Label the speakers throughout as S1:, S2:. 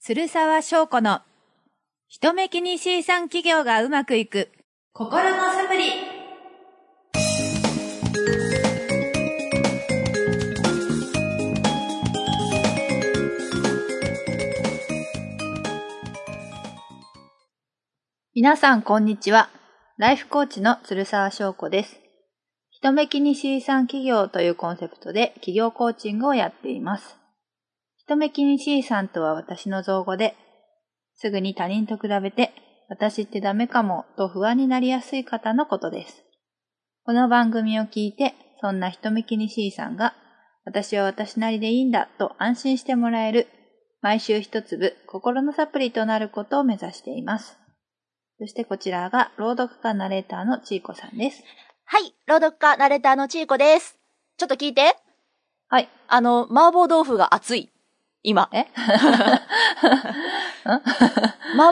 S1: 鶴沢翔子の人目気に C 産企業がうまくいく心のサプリ皆さんこんにちはライフコーチの鶴沢翔子です人目気に C 産企業というコンセプトで企業コーチングをやっています人目気に C さんとは私の造語で、すぐに他人と比べて、私ってダメかもと不安になりやすい方のことです。この番組を聞いて、そんな人目気に C さんが、私は私なりでいいんだと安心してもらえる、毎週一粒心のサプリとなることを目指しています。そしてこちらが朗読家ナレーターのちいこさんです。
S2: はい、朗読家ナレーターのちいこです。ちょっと聞いて。
S1: はい。
S2: あの、麻婆豆腐が熱い。今。
S1: えん
S2: 麻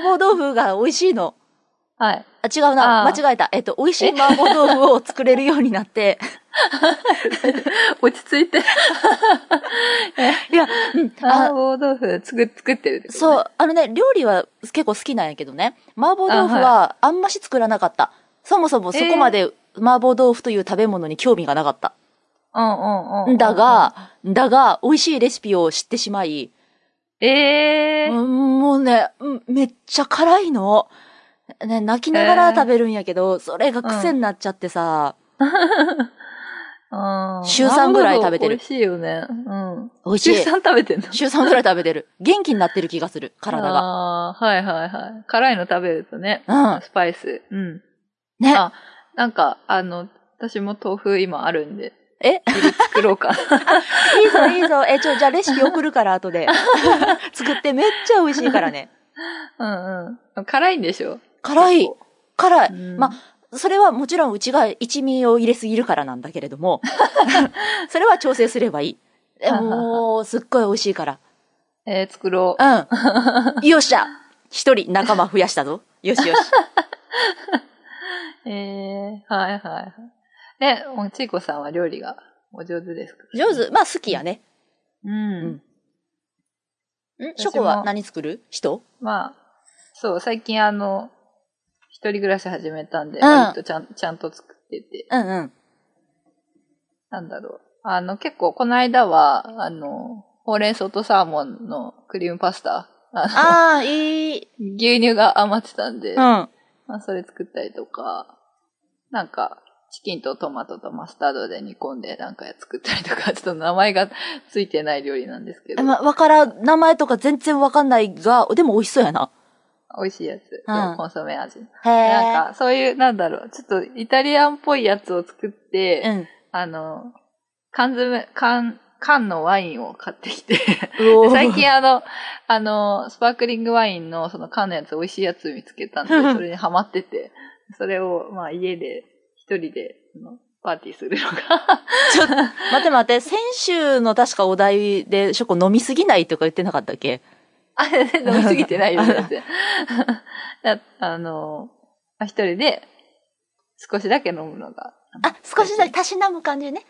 S2: 婆豆腐が美味しいの。
S1: はい。
S2: あ、違うな。
S1: あー
S2: 間違えた。えっと、美味しい麻婆豆腐を作れるようになって。
S1: 落ち着いて。
S2: いや、
S1: 麻婆豆腐作作ってるってことね
S2: そう、あのね、料理は結構好きなんやけどね。麻婆豆腐はあんまし作らなかった。そもそもそこまで麻婆豆腐という食べ物に興味がなかった。
S1: うんうんうんうん。
S2: だ、が、だが、美味しいレシピを知ってしまい、
S1: ええー、
S2: うんもうね、うんめっちゃ辛いの。ね、泣きながら食べるんやけど、それが癖になっちゃってさ、
S1: あー
S2: 週三ぐらい食べてる
S1: 麻婆豆腐美味しいよね。うん。
S2: 美味し
S1: 週
S2: い
S1: 3。食べてんの
S2: 週3ぐらい食べてる。元気になってる気がする、体が。
S1: ああ、はいはいはい。辛いの食べるとね。
S2: うん。
S1: スパイス。うん。
S2: ね。
S1: あなんか、あの、私も豆腐今あるんで。
S2: え
S1: 昼作ろう か。
S2: いいぞ、いいぞ。え、ちょ、じゃあレシピ送るから、後で。作って、めっちゃ美味しいからね。
S1: うんうん。辛いんでしょ
S2: 辛い。辛い。
S1: うん
S2: まそれはもちろんうちが一味を入れすぎるからなんだけれ ども、それは調整すればいい。でもう、すっごい美味しいから。
S1: えー、作ろう。
S2: うん。よっしゃ一人仲間増やしたぞ。よしよし。
S1: ええー、はいはいはい。え、おちいこさんは料理がお上手ですか
S2: 上手。まあ好きやね。
S1: うん。
S2: うんん
S1: 私
S2: シ
S1: も
S2: ョコは何作る人
S1: まあ、そう、最近あの、一人暮らし始めたんで、
S2: うん
S1: 割とちゃん、ちゃんと作ってて、
S2: うんうん。
S1: なんだろう。あの、結構この間は、あの、ほうれん草とサーモンのクリームパスタ、あ
S2: ああ、いい。
S1: の、牛乳が余ってたんで、
S2: うん。
S1: ま
S2: あ
S1: あそれ作ったりとか、なんか、チキンとトマトとマスタードで煮込んでなんか作ったりとか、ちょっ と名前がついてない料理なんですけど、
S2: まわからん、名前とか全然わかんないが、でも美味しそうやな。
S1: 美味しいやつ、
S2: うん
S1: コンソメ味。
S2: へ
S1: なんか、そういう、なんだろう、ちょっとイタリアンっぽいやつを作って、
S2: うん。
S1: あの、缶詰、缶、缶のワインを買ってきて、
S2: うおー
S1: 最近あの、あの、スパークリングワインのその缶のやつ、美味しいやつ見つけ たんで、それにハマってて、それを、まあ家で、一人で、あのパーティーするのが、
S2: ちょっと、待って待って、先週の確かお題で、ショコ飲みすぎないとか言ってなかったっけ
S1: あれ、飲みすぎてないよ、全然。 だあの、まあ一人で、少しだけ飲むのが、
S2: あ、少しだけ、たしなむ感じね。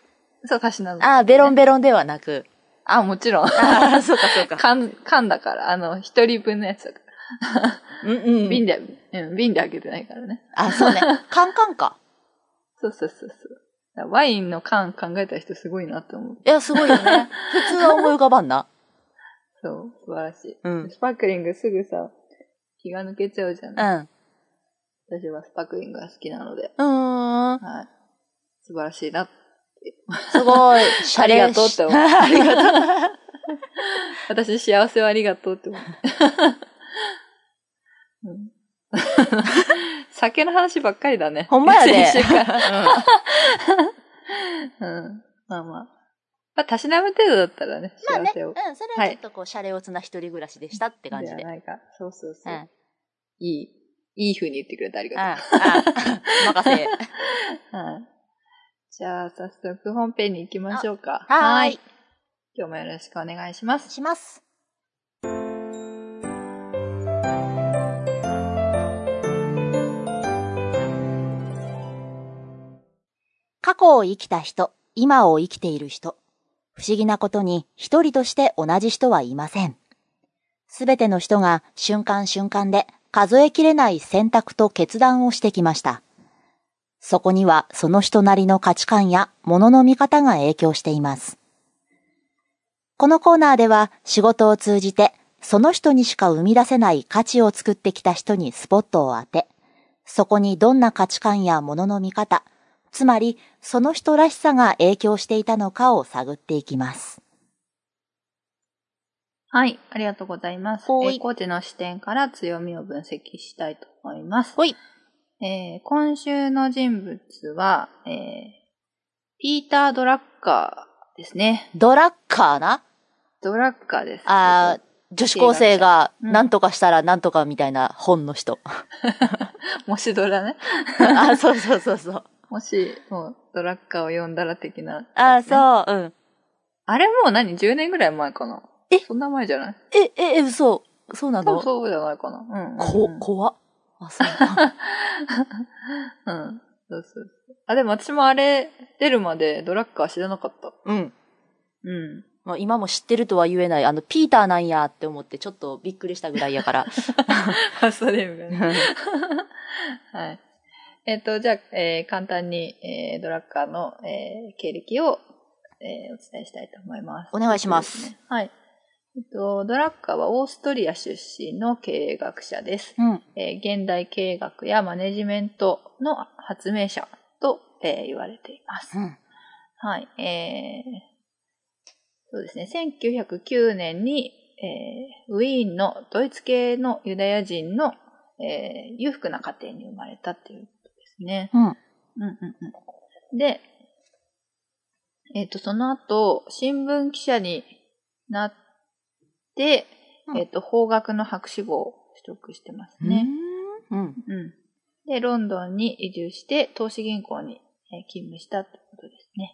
S1: そう、たしなむ。
S2: ああ、ベロンベロンではなく。
S1: あ、もちろん。
S2: ああ、そうかそうか。
S1: 缶、缶だから、あの、一人分のやつだから。
S2: うんうん。
S1: 瓶で、うん、瓶で開けてないからね。
S2: あ、そう ね。カンカンか。
S1: そうそうそうそう。ワインの缶考えた人すごいなと思う。
S2: いや、すごいよ ね。普通は思い浮かばんな。
S1: そう、素晴らし
S2: う
S1: い。
S2: ん。
S1: スパークリングすぐさ、気が抜けちゃうじゃ
S2: う
S1: ない、
S2: ん。
S1: ん、私はスパークリングが好きなので、
S2: うーん。
S1: はい。素晴らしいな。
S2: すごい。シャレ
S1: ありがとうって思う
S2: ありがとう。
S1: 私、幸せをありがとうって 思う。うん、 酒の話ばっかりだね。
S2: ほんまやで
S1: 先週から。うん。まあまあ。まあ、たしなむ程度だったらね、
S2: まあ
S1: 幸
S2: ね、
S1: せを。
S2: うん、それはちょっとこう、シャレオツな一人暮らしでしたって感じで。
S1: じゃ
S2: うん。
S1: ないか。そうそうそう。
S2: あ
S1: いい、いい風に言ってくれてありがとう。
S2: あ、 任せ。
S1: はい。じゃあ、早速本編に行きましょうか。
S2: はーい。。
S1: 今日もよろしくお願いします。
S2: します。過去を生きた人、今を生きている人。不思議なことに一人として同じ人はいません。
S3: すべての人が瞬間瞬間で数えきれない選択と決断をしてきました。そこにはその人なりの価値観や物の見方が影響しています。このコーナーでは仕事を通じてその人にしか生み出せない価値を作ってきた人にスポットを当て、そこにどんな価値観や物の見方、つまりその人らしさが影響していたのかを探っていきます。
S1: はい、ありがとうございます。え
S2: ほい
S1: ーコーチの視点から強みを分析したいと思います。
S2: ほい。
S1: えー今週の人物は、えーピーター・ドラッカーですね。
S2: ドラッカーな
S1: ドラッカーです。
S2: あー女子高生が
S1: うん
S2: 何とかしたら何とかみたいな本 の人。
S1: もしドラね。
S2: あ、そうそうそうそう。
S1: もし、もう、ドラッカーを読んだら的な、
S2: あ、
S1: う。
S2: そう、うん。
S1: あれもう何 ?10 年ぐらい前かな
S2: え
S1: そんな前じゃない
S2: え、え、え、嘘。そうな
S1: 多分
S2: の
S1: そうじゃないかな。うんうん、うん。
S2: こ、怖っ。あ、そう。
S1: うん。そうそうそう。あ、でも私もあれ、出るまでドラッカー知らなかった。
S2: うん。
S1: うん。
S2: まあ、今も知ってるとは言えない。あの、ピーターなんやって思って、ちょっとびっくりしたぐらいや から。
S1: あ、 それみたいな。
S2: は
S1: はい。えっ、と、じゃあ、えー簡単に、えードラッカーの、えー経歴を、えーお伝えしたいと思います。
S2: お願いします
S1: はい。えっと、ドラッカーはオーストリア出身の経営学者です。
S2: うん
S1: えー現代経営学やマネジメントの発明者と、えー言われています。
S2: うん
S1: はい。えーそうですね。1909年に、えーウィーンのドイツ系のユダヤ人の、えー裕福な家庭に生まれたっていうことですね。
S2: うん
S1: うんうんうん。で、えっ、と、その後、新聞記者になって、
S2: うん
S1: えっ、と、法学の博士号を取得してますね。
S2: うん。
S1: うん。で、ロンドンに移住して、投資銀行にえー勤務したってことですね。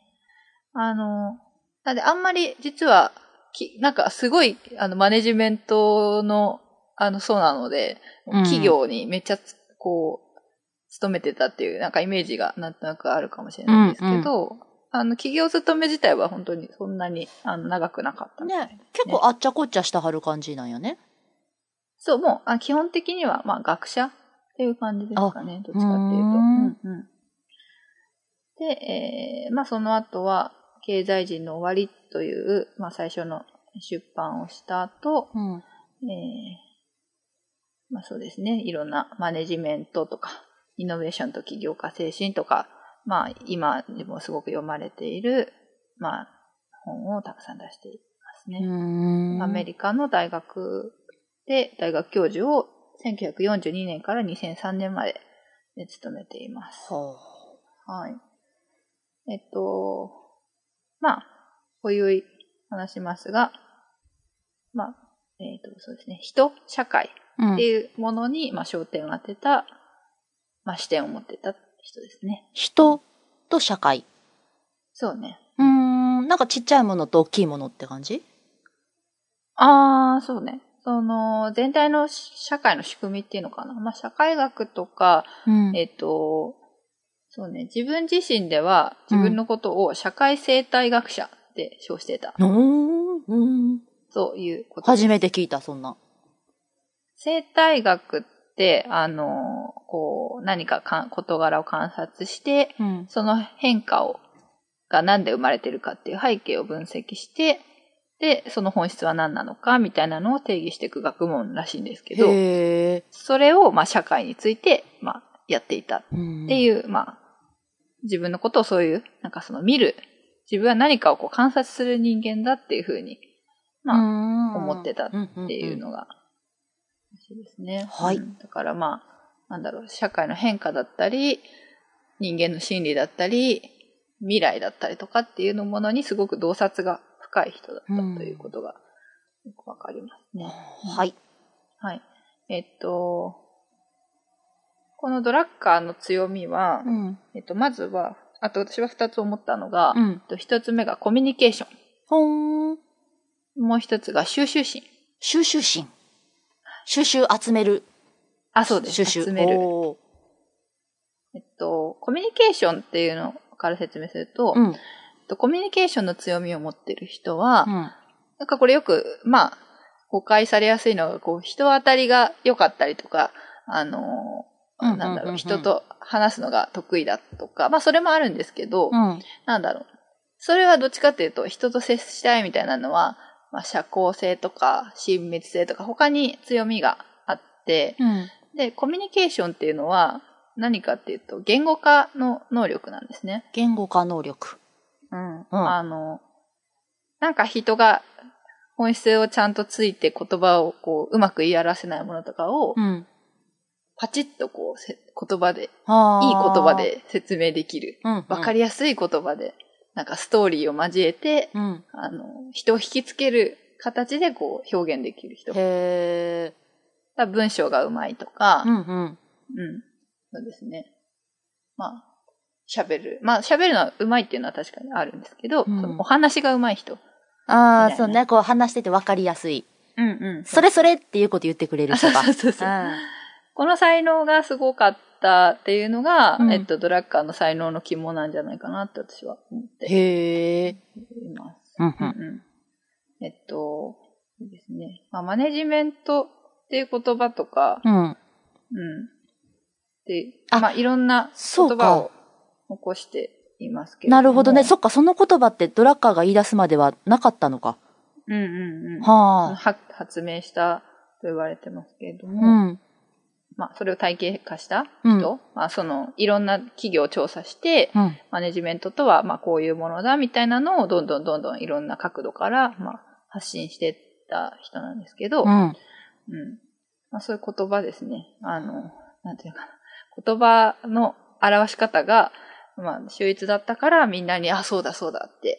S1: あの、なんであんまり実は、きなんかすごい、あの、マネジメントの、あの、そうなので、
S2: うん
S1: 企業にめっちゃつ、こう、勤めてたっていう、なんかイメージがなんとなくあるかもしれないんですけど、あの、企業勤め自体は本当にそんなに、あの、長くなかったみたいです
S2: ね、結構あっちゃこっちゃしたはる感じなんやね。
S1: そう、もう、あ基本的には、まあ、学者っていう感じですかね。どっちかっていうと。
S2: うー
S1: うん
S2: ん
S1: うんで、えーまあ、その後は、経済人の終わりという、まあ、最初の出版をした後、
S2: うん。
S1: えーまあ、そうですね。いろんなマネジメントとか、イノベーションと起業家精神とか、まあ、今でもすごく読まれている、まあ、本をたくさん出していますね。アメリカの大学で大学教授を1942年から2003年までで務めています。
S2: は
S1: はい。えっと、まあ、おいおい話しますが、まあ、えっと、そうですね、人、社会
S2: あ。うん
S1: っていうものに、まあ、焦点を当てた、まあ、視点を持ってた人ですね。
S2: 人と社会。
S1: そうね。
S2: うーん。なんかちっちゃいものと大きいものって感じ
S1: ああ、そうね。その、全体の社会の仕組みっていうのかな。まあ、社会学とか、
S2: うん
S1: えっと、そうね、自分自身では自分のことを社会生態学者って称してた、
S2: のーうん。
S1: ということです。
S2: 初めて聞いた、そんな。
S1: 生態学って、あの、こう、何かかん事柄を観察して、
S2: うん。
S1: その変化を、が何で生まれてるかっていう背景を分析して、で、その本質は何なのかみたいなのを定義していく学問らしいんですけど、
S2: へえ。
S1: それを、まあ、社会について、まあ、やっていた
S2: っ
S1: って
S2: う
S1: いう、まあ、自分のことをそういう、なんかその見る、自分は何かをこう観察する人間だっていうふうに、まあ、
S2: ん、
S1: 思ってた
S2: っ
S1: っていうのが、らしいですね。
S2: はい
S1: うんだからまあ、なんだろう、社会の変化だったり、人間の心理だったり、未来だったりとかっていうのものにすごく洞察が深い人だったということが、よくわかりますね。
S2: はい。
S1: はい。えっと、このドラッカーの強みは、
S2: ん。
S1: えっと、まずは、あと私は二つ思ったのが、
S2: う
S1: えっ
S2: ん。
S1: と一つ目がコミュニケーショ
S2: ほーん。
S1: ン。もう一つが収集心。
S2: 収集心。収集集める。
S1: あ、そうです。
S2: 収集。
S1: 集める。
S2: おー
S1: えっと、コミュニケーションっていうのから説明すると、
S2: うん。
S1: えっとコミュニケーションの強みを持ってる人は、
S2: うん。
S1: なんかこれよく、まあ、誤解されやすいのが、こう、人当たりが良かったりとか、あのー
S2: うんうんうんうん
S1: なんだろう、人と話すのが得意だとか、まあ、それもあるんですけど、
S2: うん。
S1: なんだろう。それはどっちかっていうと、人と接したいみたいなのは、まあ、社交性とか、親密性とか、他に強みがあって、
S2: うん。
S1: で、コミュニケーションっていうのは、何かっていうと、言語化の能力なんですね。
S2: 言語化能力。
S1: うん。
S2: うん
S1: あの、なんか人が本質をちゃんとついて言葉をこう、うまく言い表せないものとかを、
S2: うん。
S1: パチッとこうせ、言葉で、いい
S2: あー
S1: 言葉。で説明できる。
S2: うん。
S1: わか
S2: り。
S1: りやすい言葉で、なんかストーリーを交えて、
S2: うん。
S1: あの、人を引きつける形でこう表現できる人。
S2: へえ。
S1: だ文章がうまいとか、
S2: うんうん。
S1: うん。そうですね。まあ、喋る。まあ、喋るのはうまいっていうのは確かにあるんですけど、
S2: うん
S1: そのお話がうまい人。
S2: あ
S1: みたいな
S2: あ、そうね。こう話しててわかりやすい。
S1: うんうん。
S2: それそれっていうこと言ってくれる
S1: あそ
S2: 人
S1: う
S2: が。
S1: そうそうそう。この才能がすごかったっていうのが、
S2: うん
S1: えっと、ドラッカーの才能の肝なんじゃないかなって私は思って
S2: へえ。
S1: います。
S2: うん
S1: うんうん。えっと、そうですね。まあ、マネジメントっていう言葉とか、
S2: うん。うん。
S1: うん。で、
S2: あ
S1: まあ、いろんな
S2: そ
S1: 言
S2: う
S1: 葉
S2: か
S1: を。残していますけれども。
S2: なるほどね。そっか、その言葉ってドラッカーが言い出すまではなかったのか。
S1: うんうんうん。
S2: はあ。
S1: は発明したと言われてますけれど
S2: う
S1: も、
S2: ん。
S1: まあ、それを体系化した
S2: うん
S1: 人、まあ、その、いろんな企業を調査して、
S2: うん。
S1: マネジメントとは、まあ、こういうものだみたいなのを、どんどんどんどんいろんな角度から、まあ、発信していった人なんですけど、
S2: うん。
S1: うん。まあ、そういう言葉ですね。あの、なんていうかな。言葉の表し方が、まあ、秀逸だったから、みんなに、あ、そうだそうだって、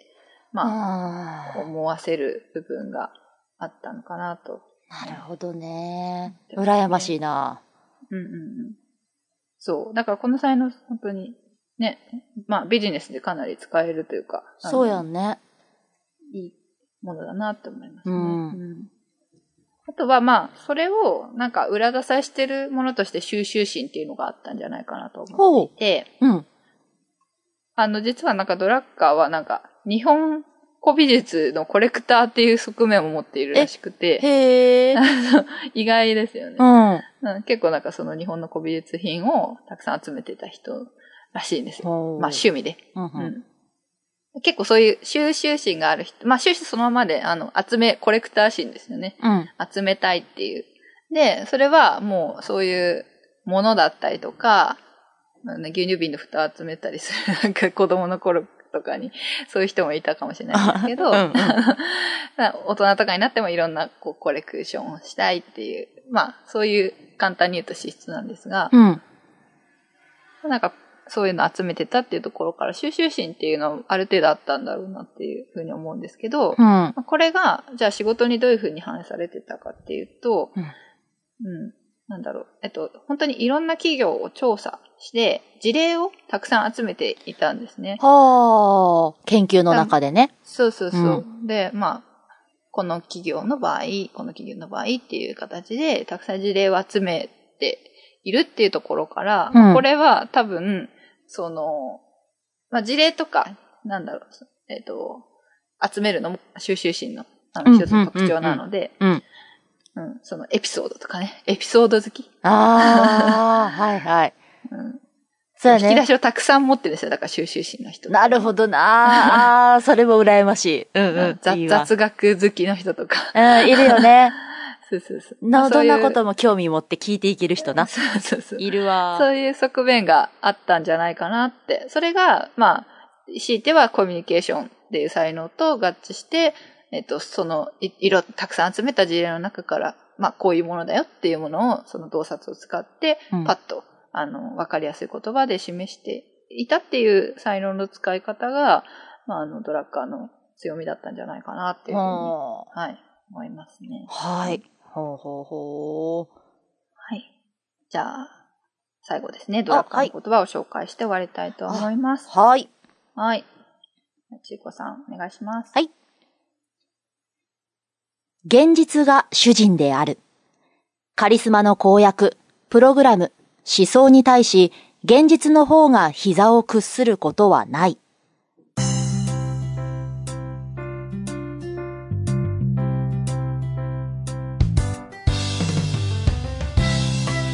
S1: まあ、
S2: ああ。
S1: 思わせる部分があったのかなと。
S2: なるほどね。
S1: ですね
S2: 羨ましいな。
S1: うんうんうん。そう。だから、この才能、本当に、ね、まあ、ビジネスでかなり使えるというか、あの
S2: そうやんね。
S1: いいものだなって思いますね。
S2: うん
S1: あとはまあ、それをなんか裏支えしてるものとして収集心っていうのがあったんじゃないかなと思っていて、
S2: うん。
S1: あの実はなんかドラッカーはなんか日本古美術のコレクターっていう側面を持っているらしくて、
S2: へえ。
S1: 意外ですよね
S2: う、ん。
S1: うん結構なんかその日本の古美術品をたくさん集めてた人らしいんですよ。
S2: ほう
S1: まあ趣味で。
S2: うん
S1: う
S2: うん
S1: ん結構そういう収集心がある人、まあ収集そのままで、あの、集め、コレクター心ですよね。
S2: うん。
S1: 集めたいっていう。で、それはもうそういうものだったりとか、まあね牛乳瓶の蓋を集めたりする、 なんか子供の頃とかに、そういう人もいたかもしれないんですけど、
S2: うんうん
S1: 大人とかになってもいろんなこうコレクションをしたいっていう、まあそういう簡単に言うと資質なんですが、
S2: うん。
S1: なんかそういうの集めてたっていうところから収集心っていうのはある程度あったんだろうなっていうふうに思うんですけど、
S2: うん。
S1: まあこれが、じゃあ仕事にどういうふうに反映されてたかっていうと、
S2: うん
S1: うんなんだろう、えっと、本当にいろんな企業を調査して、事例をたくさん集めていたんですね。
S2: はあ。研究の中でね。
S1: そうそうそう。で、まあ、この企業の場合、この企業の場合っていう形で、たくさん事例を集めているっていうところから、
S2: うん
S1: これは多分、その、まあ、事例とか、なんだろう、えっ、と、集めるのも収集心のあ
S2: う
S1: の
S2: ん
S1: 一つの特徴なので、
S2: うんうん
S1: うんそのエピソードとかね、エピソード好き、
S2: ああ。はいはい。
S1: うん
S2: そうや
S1: 引き出
S2: ね。
S1: しをたくさん持ってるんですよ、だから収集心の人。
S2: なるほどな。ああー、それも羨ましい。うんうん。い
S1: 雑
S2: いわ
S1: 雑学好きの人とか。
S2: うん、いるよ ね。
S1: そうそうそう。
S2: な、
S1: そ
S2: ど
S1: うんいう
S2: なことも興味持って聞いていける人な。
S1: そうそうそう。
S2: いるわ。
S1: そういう側面があったんじゃないかなって。それが、まあ、強いてはコミュニケーションっていう才能と合致して、えっと、その、い色、たくさん集めた事例の中から、まあ、こういうものだよっていうものを、その洞察を使って、
S2: うん
S1: パッと、あの、わかりやすい言葉で示していたっていう才能の使い方が、まあ、あの、ドラッカーの強みだったんじゃないかなっていうふうに、は、
S2: はい
S1: 思いますね。
S2: い。ほうほうほう。
S1: はい。じゃあ、最後ですね。ドラッカーの言葉を紹介して終わりたいと思います。
S2: はい。
S1: はい。ちいこさん、お願いします。
S3: 現実が主人である。カリスマの公約、プログラム、思想に対し、現実の方が膝を屈することはない。
S1: ありがとうございま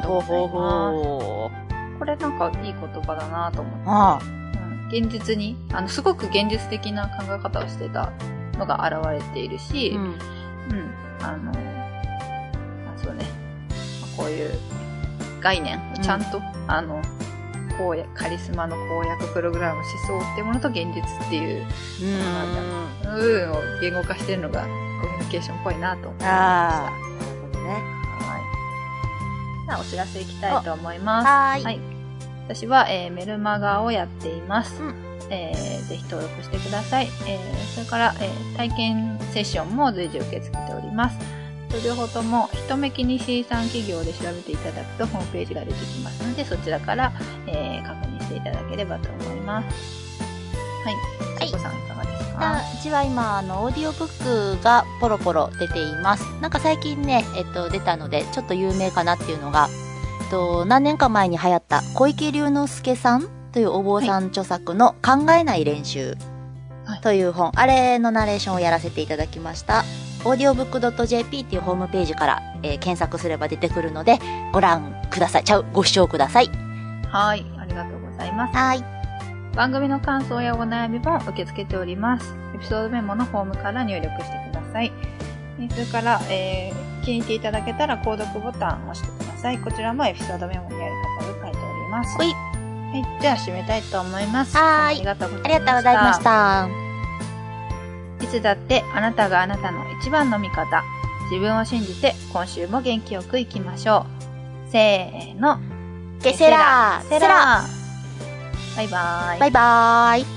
S1: す。
S4: ほう
S1: これなんかいい言葉だなと思って。
S2: あ
S1: うん現実にあのすごく現実的な考え方をしてたのが現れているし、
S4: う
S1: うん
S4: ん
S1: あのあそうね、まあこういう概念をちゃんと、あの公約カリスマの公約プログラム思想っていうものと現実っていう
S4: うん
S1: 部分を言語化してるのがコミュニケーションっぽいなと思いました。
S4: あーな
S1: は
S4: るほどね
S1: い。じゃあお知らせいきたいと思います。
S2: はーい。
S1: はい私は、えーメルマガをやっています、
S4: う
S1: えーぜひ登録してください、えーそれから、えー体験セッションも随時受け付けております両方ともひとめきに C 産企業で調べていただくとホームページが出てきますのでそちらから、えー確認していただければと思いますはい、
S2: い
S1: ちこさんいかがですか
S2: あうちは今あのオーディオブックがポロポロ出ていますなんか最近ね、えっと、出たのでちょっと有名かなっていうのが、えっと、何年か前に流行った小池龍之介さんというお坊さん著作の「考えない練習
S1: はい」
S2: という本、あれのナレーションをやらせていただきましたオーディオブック .jp っていうホームページから、えー検索すれば出てくるのでご覧くださいちゃうご視聴ください
S1: はいありがとうございます
S2: はい
S1: 番組の感想やお悩みも受け付けております。エピソードメモのフォームから入力してください。えーそれから、えー気に入っていただけたら、購読ボタンを押してください。こちらもエピソードメモのやり方を書いております。
S2: ほい
S1: はい。じゃあ、締めたいと思います。
S2: はーい
S1: ありがとうございま
S2: あり
S1: した。
S2: がとうございました
S1: いつだって、あなたがあなたの一番の味方。自分を信じて、今週も元気よくいきましょう。せーの。
S2: ケセラ
S1: セラバイバーイ。
S2: バイバーイ